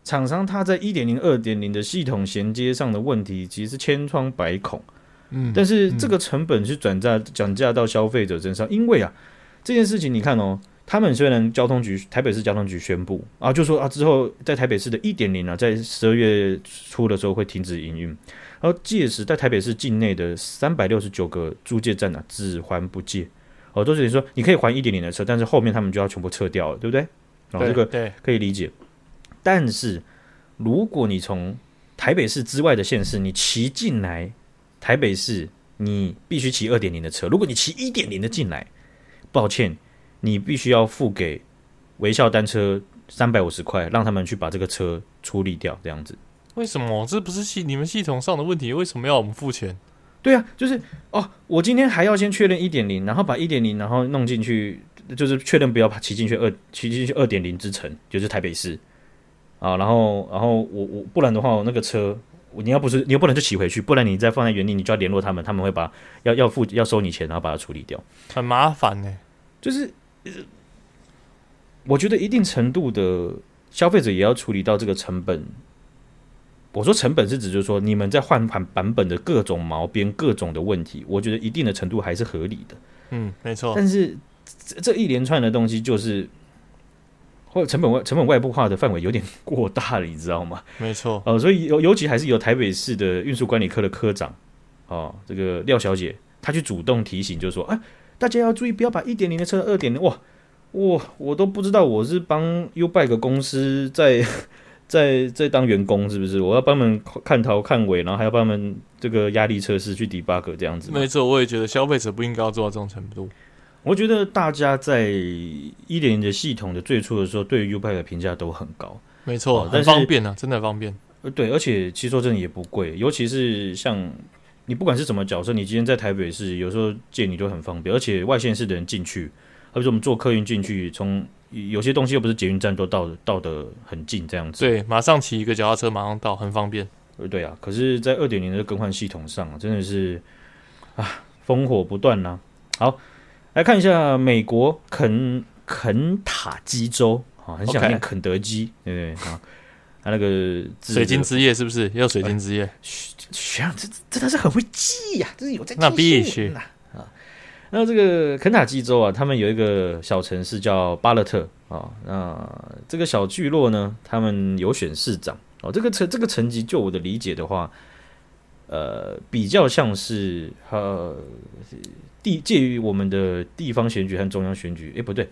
Speaker 1: 厂商他在一点零、二点零的系统衔接上的问题，其实是千疮百孔。
Speaker 2: 嗯，
Speaker 1: 但是这
Speaker 2: 嗯
Speaker 1: 个成本是转嫁转嫁到消费者身上，因为啊，这件事情你看哦，他们虽然交通局台北市交通局宣布啊，就说啊之后在台北市的一点零啊，在十二月初的时候会停止营运，然后届时在台北市境内的三百六十九个租借站啊，只还不借，哦，都是你说你可以还一点零的车，但是后面他们就要全部撤掉了，对不对？然后
Speaker 2: 对
Speaker 1: 这个
Speaker 2: 对
Speaker 1: 可以理解。但是如果你从台北市之外的县市，你骑进来台北市，你必须骑二点零的车。如果你骑一点零的进来，抱歉，你必须要付给微笑单车三百五十块，让他们去把这个车处理掉，这样子。
Speaker 2: 为什么这不是系你们系统上的问题？为什么要我们付钱？
Speaker 1: 对啊，就是哦，我今天还要先确认一点零，然后把一点零，然后弄进去，就是确认不要把骑进去二骑进去二点零之城，就是台北市啊。然后，然后我我不然的话，我那个车我你要不是你又不能就骑回去，不然你再放在原地，你就要联络他们，他们会把要要付要收你钱，然后把它处理掉。
Speaker 2: 很麻烦呢、
Speaker 1: 就是呃我觉得一定程度的消费者也要处理到这个成本。我说成本是指就是说你们在换版版本的各种毛边、各种的问题，我觉得一定的程度还是合理的。
Speaker 2: 嗯，没错，
Speaker 1: 但是这这一连串的东西就是。或者成本外成本外部化的范围有点过大了，你知道吗？
Speaker 2: 没错，
Speaker 1: 呃，所以尤尤其还是由台北市的运输管理科的科长，哦，这个廖小姐，她去主动提醒，就说，啊，大家要注意，不要把一点零的车二点零，哇，我我都不知道我是帮 U Bike 公司在在在当员工是不是？我要帮他们看头看尾，然后还要帮他们这个压力测试去 debug 这样子吗。
Speaker 2: 没错。我也觉得消费者不应该要做到这种程度。
Speaker 1: 我觉得大家在一点零的系统的最初的时候，对于 U Bike 的评价都很高。
Speaker 2: 没错，
Speaker 1: 哦但
Speaker 2: 很
Speaker 1: 是
Speaker 2: 方便啊，真的很方便。
Speaker 1: 呃，对，而且其实说真的也不贵，尤其是像你不管是什么角色，你今天在台北市，有时候借你都很方便，而且外县市的人进去，而且我们坐客运进去，从有些东西又不是捷运站都到到的很近这样子。
Speaker 2: 对，马上骑一个脚踏车，马上到，很方便。
Speaker 1: 呃，对啊，可是，在二点零的更换系统上，真的是啊，烽火不断呐、好，来看一下美国肯肯塔基州啊，很想
Speaker 2: OK
Speaker 1: 念肯德基对不对？啊，它那个字
Speaker 2: 水晶
Speaker 1: 的
Speaker 2: 之夜是不是？要水晶之夜？
Speaker 1: 学长，这这真的是很会记呀、真是有在
Speaker 2: 那必
Speaker 1: 记
Speaker 2: 须
Speaker 1: 新闻呐啊。那这个肯塔基州啊，他们有一个小城市叫巴勒特啊、那这个小聚落呢，他们有选市长哦。这个成这个成绩，就我的理解的话，呃，比较像是呃地介于我们的地方选举和中央选举，诶，不对，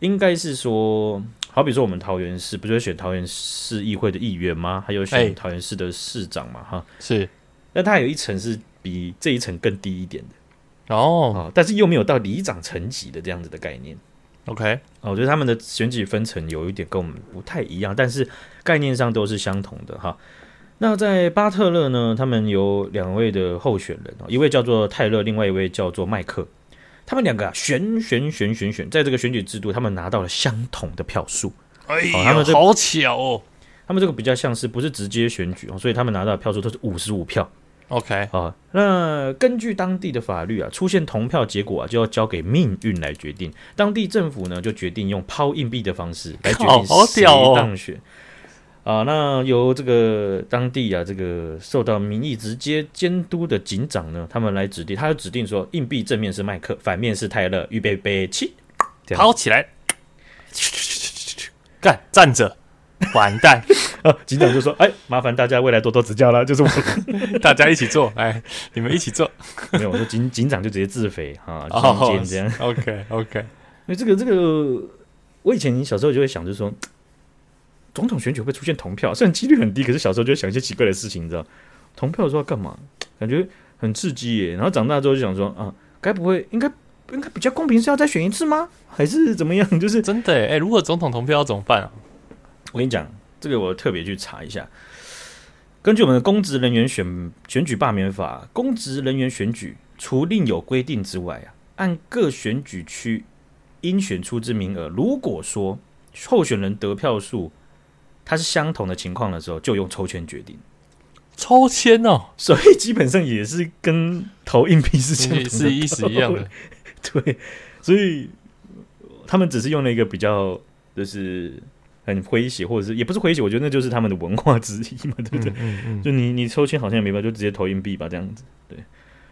Speaker 1: 应该是说，好比说我们桃园市不是会选桃园市议会的议员吗？还有
Speaker 2: 哎
Speaker 1: 选桃园市的市长嘛，哈。
Speaker 2: 是
Speaker 1: 那它有一层是比这一层更低一点的
Speaker 2: 哦
Speaker 1: 哦，但是又没有到里长层级的这样子的概念
Speaker 2: ，OK，
Speaker 1: 哦。我觉得他们的选举分层有一点跟我们不太一样，但是概念上都是相同的哈。那在巴特勒呢，他们有两位的候选人哦，一位叫做泰勒，另外一位叫做麦克。他们两个啊，选选选选选，在这个选举制度，他们拿到了相同的票数。
Speaker 2: 哎
Speaker 1: 好他
Speaker 2: 呦
Speaker 1: 们，这
Speaker 2: 好巧哦。
Speaker 1: 他们这个比较像是不是直接选举哦，所以他们拿到的票数都是五十五票。
Speaker 2: OK，
Speaker 1: 啊，那根据当地的法律啊，出现同票结果啊，就要交给命运来决定。当地政府呢，就决定用抛硬币的方式来决
Speaker 2: 靠
Speaker 1: 定
Speaker 2: 好
Speaker 1: 谁
Speaker 2: 屌哦
Speaker 1: 当选。啊，那由这个当地啊，这个受到民意直接监督的警长呢，他们来指定，他就指定说，硬币正面是麦克，反面是泰勒，预备备起。这样
Speaker 2: 抛起来，干站着，完蛋，
Speaker 1: 啊， 警长就说，哎，麻烦大家未来多多指教啦，就是我
Speaker 2: 大家一起做，来，你们一起做。
Speaker 1: 没有，我说警警长就直接自肥啊，
Speaker 2: 哦
Speaker 1: 强奸这样。
Speaker 2: OK OK，
Speaker 1: 因为这个这个，我以前小时候就会想，就是说，总统选举会不会出现同票？虽然几率很低，可是小时候就会想一些奇怪的事情，你知道？同票的时候要干嘛？感觉很刺激耶。然后长大之后就想说，啊，该不会应该应该比较公平是要再选一次吗？还是怎么样？ 就是
Speaker 2: 真的哎，如果总统投票要怎么办啊？
Speaker 1: 我跟你讲，这个我特别去查一下。根据我们的公职人员选选举罢免法，公职人员选举除另有规定之外啊，按各选举区应选出之名额，如果说候选人得票数它是相同的情况的时候，就用抽签决定。
Speaker 2: 抽签哦，
Speaker 1: 所以基本上也是跟投硬币是相同的
Speaker 2: 是意思一样的。
Speaker 1: 对，所以他们只是用了一个比较就是很诙谐，或者是也不是诙谐，我觉得那就是他们的文化之一嘛，对 不对？
Speaker 2: 嗯嗯嗯，
Speaker 1: 就你你抽签好像也没办法，就直接投硬币吧，这样子。对，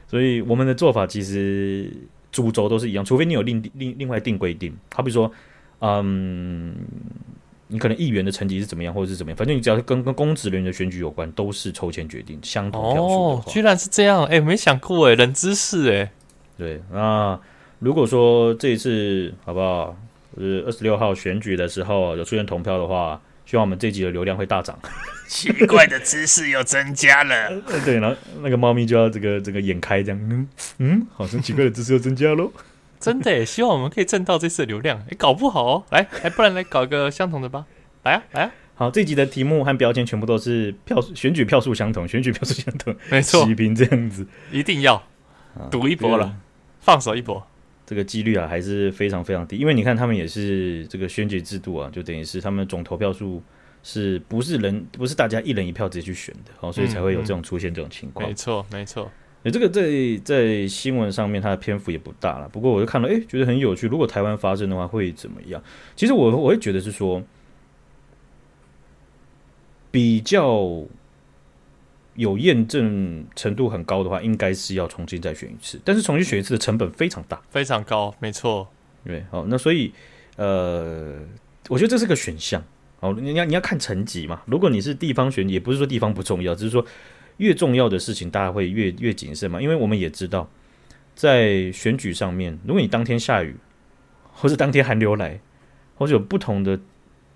Speaker 1: 所以我们的做法其实主轴都是一样，除非你有另另另外定规定，好比说，嗯，你可能议员的层级是怎么样，或者是怎么样，反正你只要是跟跟公职人员的选举有关，都是抽签决定相同票数的
Speaker 2: 哦，
Speaker 1: 话。
Speaker 2: 居然是这样，哎，没想过哎，冷知识哎，
Speaker 1: 对，那如果说这一次好不好，就是二十六号选举的时候有出现同票的话，希望我们这集的流量会大涨。
Speaker 2: 奇怪的知识又增加了。
Speaker 1: 对，然后那个猫咪就要这个这个眼开这样，嗯嗯，好像奇怪的知识又增加喽。
Speaker 2: 真的耶，希望我们可以挣到这次的流量。哎，搞不好哦，来，哎，不然来搞一个相同的吧。来啊，来啊，
Speaker 1: 好，这集的题目和标签全部都是票数选举票数相同，选举票数相同，
Speaker 2: 没错
Speaker 1: 齐，平这样子，
Speaker 2: 一定要
Speaker 1: 啊
Speaker 2: 赌一波。
Speaker 1: 这
Speaker 2: 了
Speaker 1: 个
Speaker 2: 放手一搏。
Speaker 1: 这个几率啊还是非常非常低，因为你看他们也是这个选举制度啊，就等于是他们总投票数是不是人不是大家一人一票直接去选的，好、所以才会有这种出现这种情况。
Speaker 2: 没错，没错，
Speaker 1: 欸、这个在在新闻上面它的篇幅也不大了，不过我就看了，哎、觉得很有趣。如果台湾发生的话会怎么样？其实我我会觉得是说，比较有验证程度很高的话，应该是要重新再选一次，但是重新选一次的成本非常大。
Speaker 2: 非常高，没错，
Speaker 1: 对，好，那所以呃，我觉得这是个选项。好，你要你要看层级嘛。如果你是地方选，也不是说地方不重要，只是说越重要的事情，大家会越越谨慎嘛。因为我们也知道，在选举上面，如果你当天下雨，或是当天寒流来，或者有不同的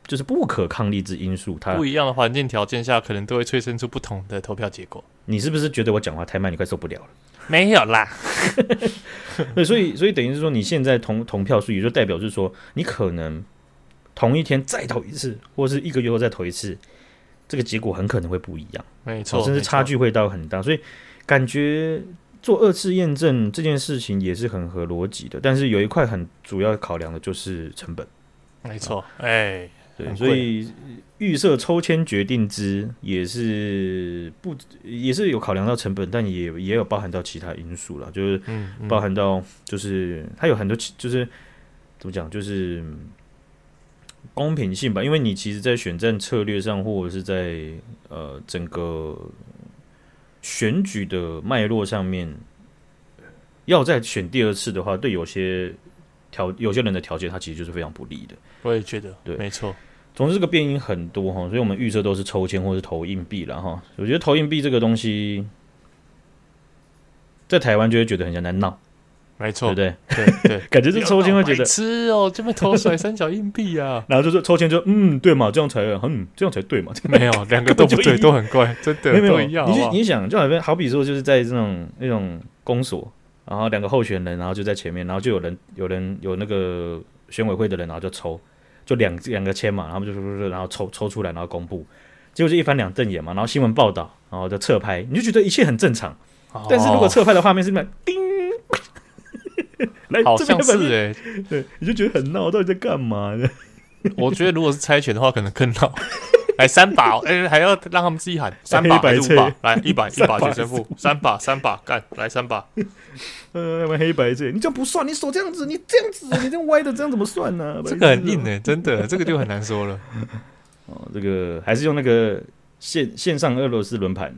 Speaker 1: 就是不可抗力之因素，它
Speaker 2: 不一样的环境条件下，可能都会催生出不同的投票结果。
Speaker 1: 你是不是觉得我讲话太慢，你快受不了了？
Speaker 2: 没有啦，
Speaker 1: 对，所以所以等于是说，你现在同同票数，也就代表是说，你可能同一天再投一次，或是一个月后再投一次，这个结果很可能会不一样，哦
Speaker 2: 没错，
Speaker 1: 甚至
Speaker 2: 没错
Speaker 1: 差距会到很大。所以感觉做二次验证这件事情也是很合逻辑的，但是有一块很主要考量的就是成本。
Speaker 2: 没
Speaker 1: 哦
Speaker 2: 错，哎，
Speaker 1: 对，
Speaker 2: 很
Speaker 1: 所以预设抽签决定之也是不也是有考量到成本，但也也有包含到其他因素啦，就是
Speaker 2: 嗯，嗯
Speaker 1: 包含到就是它有很多其就是怎么讲，就是嗯公平性吧，因为你其实，在选战策略上，或者是在呃整个选举的脉络上面，要再选第二次的话，对有些条有些人的条件，它其实就是非常不利的。
Speaker 2: 我也觉得，
Speaker 1: 对
Speaker 2: 没错，
Speaker 1: 总之，这个变因很多哈，所以我们预测都是抽签或是投硬币了哈。我觉得投硬币这个东西，在台湾就会觉得很像在闹，
Speaker 2: 没
Speaker 1: 对
Speaker 2: 错
Speaker 1: 不，对？
Speaker 2: 对 对。
Speaker 1: 感觉这抽签会觉
Speaker 2: 白
Speaker 1: 得
Speaker 2: 痴哦，这边投甩三角硬币
Speaker 1: ，
Speaker 2: 啊
Speaker 1: 然后就是抽签就嗯对嘛，这样才嗯这样才对嘛，
Speaker 2: 没有，两个都不对，都很怪，真的
Speaker 1: 没有
Speaker 2: 都
Speaker 1: 没
Speaker 2: 一样啊
Speaker 1: 有，
Speaker 2: 好
Speaker 1: 你
Speaker 2: 不
Speaker 1: 就
Speaker 2: 好
Speaker 1: 你想就好比好比说就是在这种那种公所，然后两个候选人，然后就在前面，然后就有人有人有那个选委会的人，然后就抽，就两两个签嘛，然后就就然后抽抽出来，然后公布，结果就一翻两瞪眼嘛，然后新闻报道，然后就侧拍，你就觉得一切很正常，
Speaker 2: 哦
Speaker 1: 但是如果侧拍的画面是那种叮， 来
Speaker 2: 好
Speaker 1: 这边
Speaker 2: 像
Speaker 1: 反面，
Speaker 2: 是欸
Speaker 1: 对，你就觉得很闹，到底在干嘛呢？
Speaker 2: 哎，我觉得如果是猜拳的话，可能更 闹。来三把哦，哎，还要让他们自己喊三把还是五把
Speaker 1: 黑？
Speaker 2: 来一把一
Speaker 1: 三
Speaker 2: 把
Speaker 1: 把
Speaker 2: 决胜负，三把三把干，来三把，
Speaker 1: 呃，玩黑白这，你这样不算，你手这样子，你这样子，你这样歪的，这样怎么算呢、
Speaker 2: 这个很硬
Speaker 1: 欸的、
Speaker 2: 哎，真的，这个就很难说了。
Speaker 1: 哦，这个还是用那个线线上俄罗斯轮盘，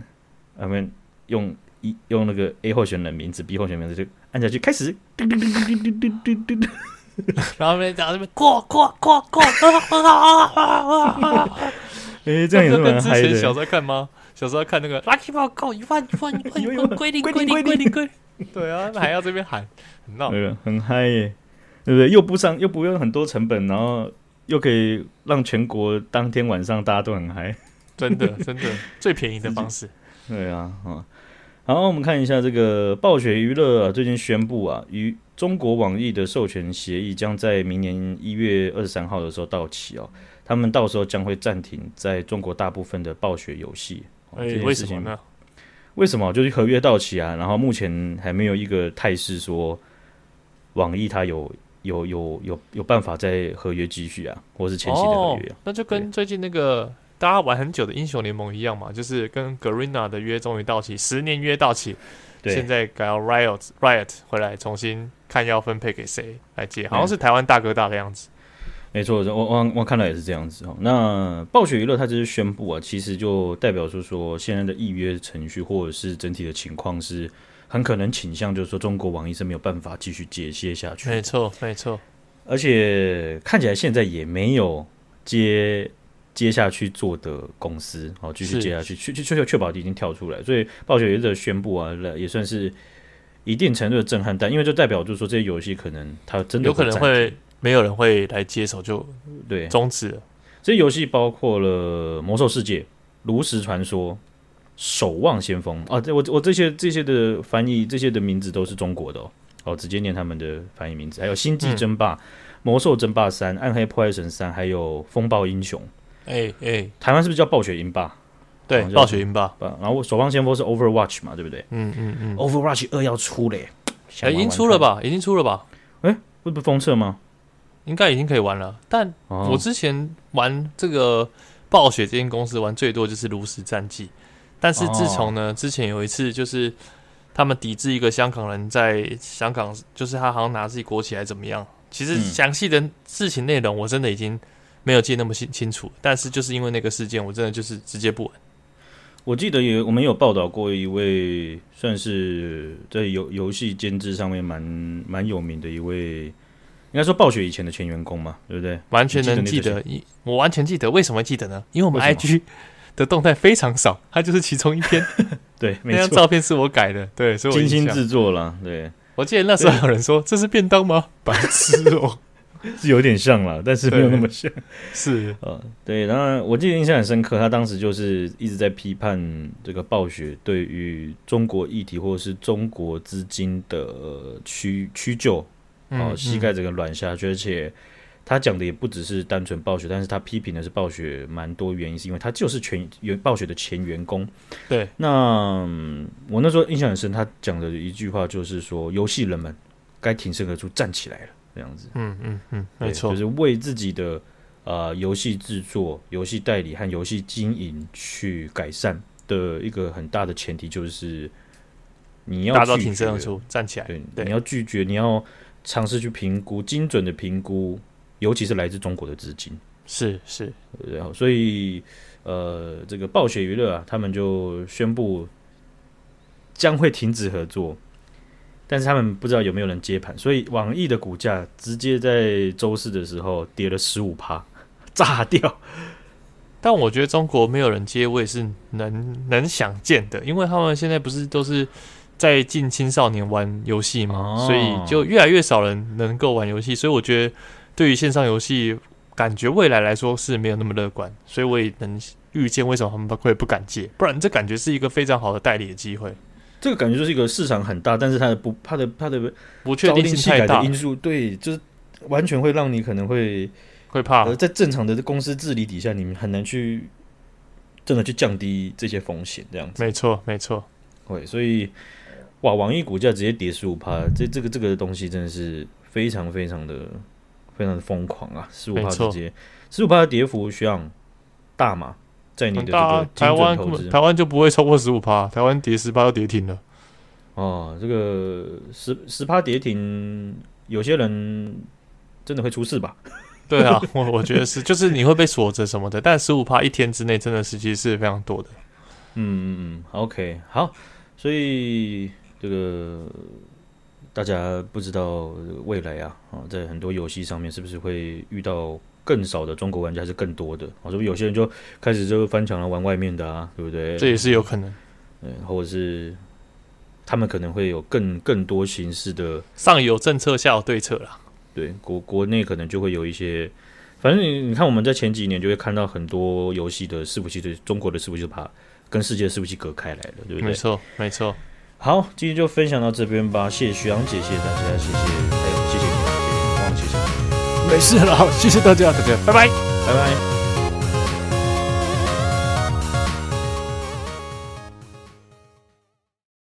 Speaker 1: 我们用一用那个 A 候选人名字，B 候选人名字就按下去开始，叮叮叮叮叮叮叮叮叮，
Speaker 2: 然后那边讲那边过过过过，
Speaker 1: 哎，这样也是
Speaker 2: 跟
Speaker 1: 蛮
Speaker 2: 之
Speaker 1: 嗨
Speaker 2: 前小
Speaker 1: 的。
Speaker 2: 时候看吗？小时候看 那个 Lucky 报告一万一万一万一万归零
Speaker 1: 归
Speaker 2: 归
Speaker 1: 零
Speaker 2: 零
Speaker 1: 归
Speaker 2: 归
Speaker 1: 零
Speaker 2: 零归零，对啊，那还要这边喊，很闹。
Speaker 1: 对，很嗨耶，对不对？又不上又不用很多成本，然后又可以让全国当天晚上大家都很嗨。
Speaker 2: 真的，真的，最便宜的 方式。
Speaker 1: 对啊，啊，然后我们看一下这个暴雪娱乐、啊、最近宣布啊，与中国网易的授权协议将在明年一月二十三号的时候到期哦，他们到时候将会暂停在中国大部分的暴雪游戏。哦
Speaker 2: 哎、
Speaker 1: 这件
Speaker 2: 为
Speaker 1: 事
Speaker 2: 什
Speaker 1: 情
Speaker 2: 么呢？
Speaker 1: 为什么？就是合约到期啊，然后目前还没有一个态势说网易它有有有有有办法在合约继续啊，或是前期的合约、啊。
Speaker 2: 哦那就跟最近那个大家玩很久的英雄联盟一样嘛，就是跟 Garena 的约终于到期，十年约到期，现
Speaker 1: 对，
Speaker 2: 在改要 Riot Riot 回来重新看要分配给谁来接，好像是台湾大哥大的样子。
Speaker 1: 没错，我我我看到也是这样子哦。那暴雪娱乐它这是宣布啊，其实就代表是说现在的预约程序或者是整体的情况是很可能倾向，就是说中国网易是没有办法继续解歇下去，
Speaker 2: 没错，没错，
Speaker 1: 而且看起来现在也没有接接下去做的公司哦，继续
Speaker 2: 是
Speaker 1: 接下去，确确确确保已经跳出来，所以暴雪娱乐的宣布啊，也算是一定程度的震撼弹，因为就代表就是说这些游戏可能它真的
Speaker 2: 有可能
Speaker 1: 暂
Speaker 2: 会没有人会来接手，就
Speaker 1: 对
Speaker 2: 终止了。
Speaker 1: 这游戏包括了《魔兽世界》《炉石传说》《守望先锋》啊，这我我这些这些的翻译，这些的名字都是中国的哦，哦，直接念他们的翻译
Speaker 2: 嗯
Speaker 1: 名字，还有《星际争霸》魔兽争霸三》《暗黑破坏神三》，还有《风暴英雄》
Speaker 2: 哎哎，
Speaker 1: 台湾是不是叫暴雪营吧？
Speaker 2: 对
Speaker 1: 好，像
Speaker 2: 暴雪云吧，
Speaker 1: 吧然后守望先锋是 Overwatch 嘛，对不对、
Speaker 2: 嗯嗯嗯，
Speaker 1: o v e r w a t c h 二要出嘞，想
Speaker 2: 哎已
Speaker 1: 玩玩
Speaker 2: 经出了吧？已经出了吧？
Speaker 1: 看？不不封测吗？
Speaker 2: 应该已经可以玩了。但
Speaker 1: 哦、
Speaker 2: 我之前玩这个暴雪这间公司玩最多就是炉石战记，但是自从
Speaker 1: 哦
Speaker 2: 呢，之前有一次就是他们抵制一个香港人在香港，就是他好像拿自己国旗还是怎么样。其实
Speaker 1: 嗯
Speaker 2: 详细的事情内容我真的已经没有记得那么清清楚，但是就是因为那个事件，我真的就是直接不玩。
Speaker 1: 我记得有我们有报道过一位算是在游游戏监制上面蛮蛮有名的一位，应该说暴雪以前的前员工嘛，对不对？
Speaker 2: 完全能记
Speaker 1: 你
Speaker 2: 得，一我完全记得，为什么会记得呢？因为我们
Speaker 1: 为什
Speaker 2: IG 的动态非常少，它就是其中一篇，
Speaker 1: 对，
Speaker 2: 那
Speaker 1: 没
Speaker 2: 张
Speaker 1: 错，
Speaker 2: 照片是我改的，对，所以我
Speaker 1: 精心
Speaker 2: 印象
Speaker 1: 制作了，对，
Speaker 2: 我记得那时候还有人说这是便当吗？ 白痴哦、
Speaker 1: 是有点像了，但是没有那么像。
Speaker 2: 是
Speaker 1: 呃，对，然后我记得印象很深刻，他当时就是一直在批判这个暴雪对于中国议题或者是中国资金的呃屈屈就，
Speaker 2: 嗯
Speaker 1: 哦，膝盖整个软下去，而且他讲的也不只是单纯暴雪，但是他批评的是暴雪蛮多原因，是因为他就是全原暴雪的前员工。
Speaker 2: 对，
Speaker 1: 那、嗯我那时候印象很深，他讲的一句话就是说，游戏人们该挺身而出，站起来了，这样子。
Speaker 2: 嗯嗯嗯，
Speaker 1: 对
Speaker 2: 没错
Speaker 1: 就，是为自己的呃游戏制作、游戏代理和游戏经营去改善的一个很大的前提，就是你要
Speaker 2: 大家都
Speaker 1: 拒
Speaker 2: 挺身而
Speaker 1: 绝
Speaker 2: 出，站起来。
Speaker 1: 对，
Speaker 2: 对
Speaker 1: 你要拒绝，你要尝试去评估，精准的评估，尤其是来自中国的资金，
Speaker 2: 是是，
Speaker 1: 对不对好所以呃，这个暴雪娱乐啊，他们就宣布将会停止合作，但是他们不知道有没有人接盘，所以网易的股价直接在周四的时候跌了十五趴， 炸掉。
Speaker 2: 但我觉得中国没有人接，我也是能能想见的，因为他们现在不是都是在进青少年玩游戏嘛，
Speaker 1: 哦
Speaker 2: 所以就越来越少人能够玩游戏，所以我觉得对于线上游戏，感觉未来来说是没有那么乐观，所以我也能预见为什么他们会不敢接，不然这感觉是一个非常好的代理的机会，
Speaker 1: 这个感觉就是一个市场很大，但是它的不，它的它的
Speaker 2: 不确
Speaker 1: 招
Speaker 2: 定
Speaker 1: 定
Speaker 2: 性
Speaker 1: 气
Speaker 2: 太
Speaker 1: 改的
Speaker 2: 大
Speaker 1: 因，素，对，就是完全会让你可能会
Speaker 2: 会怕
Speaker 1: 呃，在正常的公司治理底下，你们很难去真的去降低这些风险，这样子。
Speaker 2: 没错，没错，
Speaker 1: 对，所以哇，网易股价直接跌十五趴，这这个这个东西真的是非常非常的非常的疯狂啊！十五
Speaker 2: 没
Speaker 1: 趴
Speaker 2: 错
Speaker 1: 直接十五趴的跌幅，徐昂大嘛，在你的
Speaker 2: 很
Speaker 1: 这
Speaker 2: 大啊
Speaker 1: 个！
Speaker 2: 台
Speaker 1: 精准
Speaker 2: 湾根
Speaker 1: 投
Speaker 2: 本
Speaker 1: 资
Speaker 2: 台湾就不会超过十五趴，台湾跌十趴都跌停了。
Speaker 1: 哦，这个十十趴跌停，有些人真的会出事吧？
Speaker 2: 对啊，我我觉得是，就是你会被锁着什么的，但十五趴一天之内真的是其实是非常多的。
Speaker 1: 嗯嗯嗯，OK，好，所以这个大家不知道未来啊，啊，在很多游戏上面是不是会遇到更少的中国玩家，还是更多的？啊，是不是有些人就开始就翻墙了玩外面的啊，对不对？
Speaker 2: 这也是有可能。
Speaker 1: 嗯，或者是他们可能会有更更多形式的，
Speaker 2: 上有政策，下有对策啦。
Speaker 1: 对国国内可能就会有一些。反正你你看，我们在前几年就会看到很多游戏的伺服器，对中国的伺服器就把跟世界的伺服器隔开来了，对不
Speaker 2: 没
Speaker 1: 对？
Speaker 2: 错，没错。
Speaker 1: 好，今天就分享到这边吧，谢谢徐阳姐，谢谢大家，谢谢，还有谢谢你，谢谢王，谢谢，
Speaker 2: 没事了，谢谢大家，大家拜拜。
Speaker 1: 拜拜。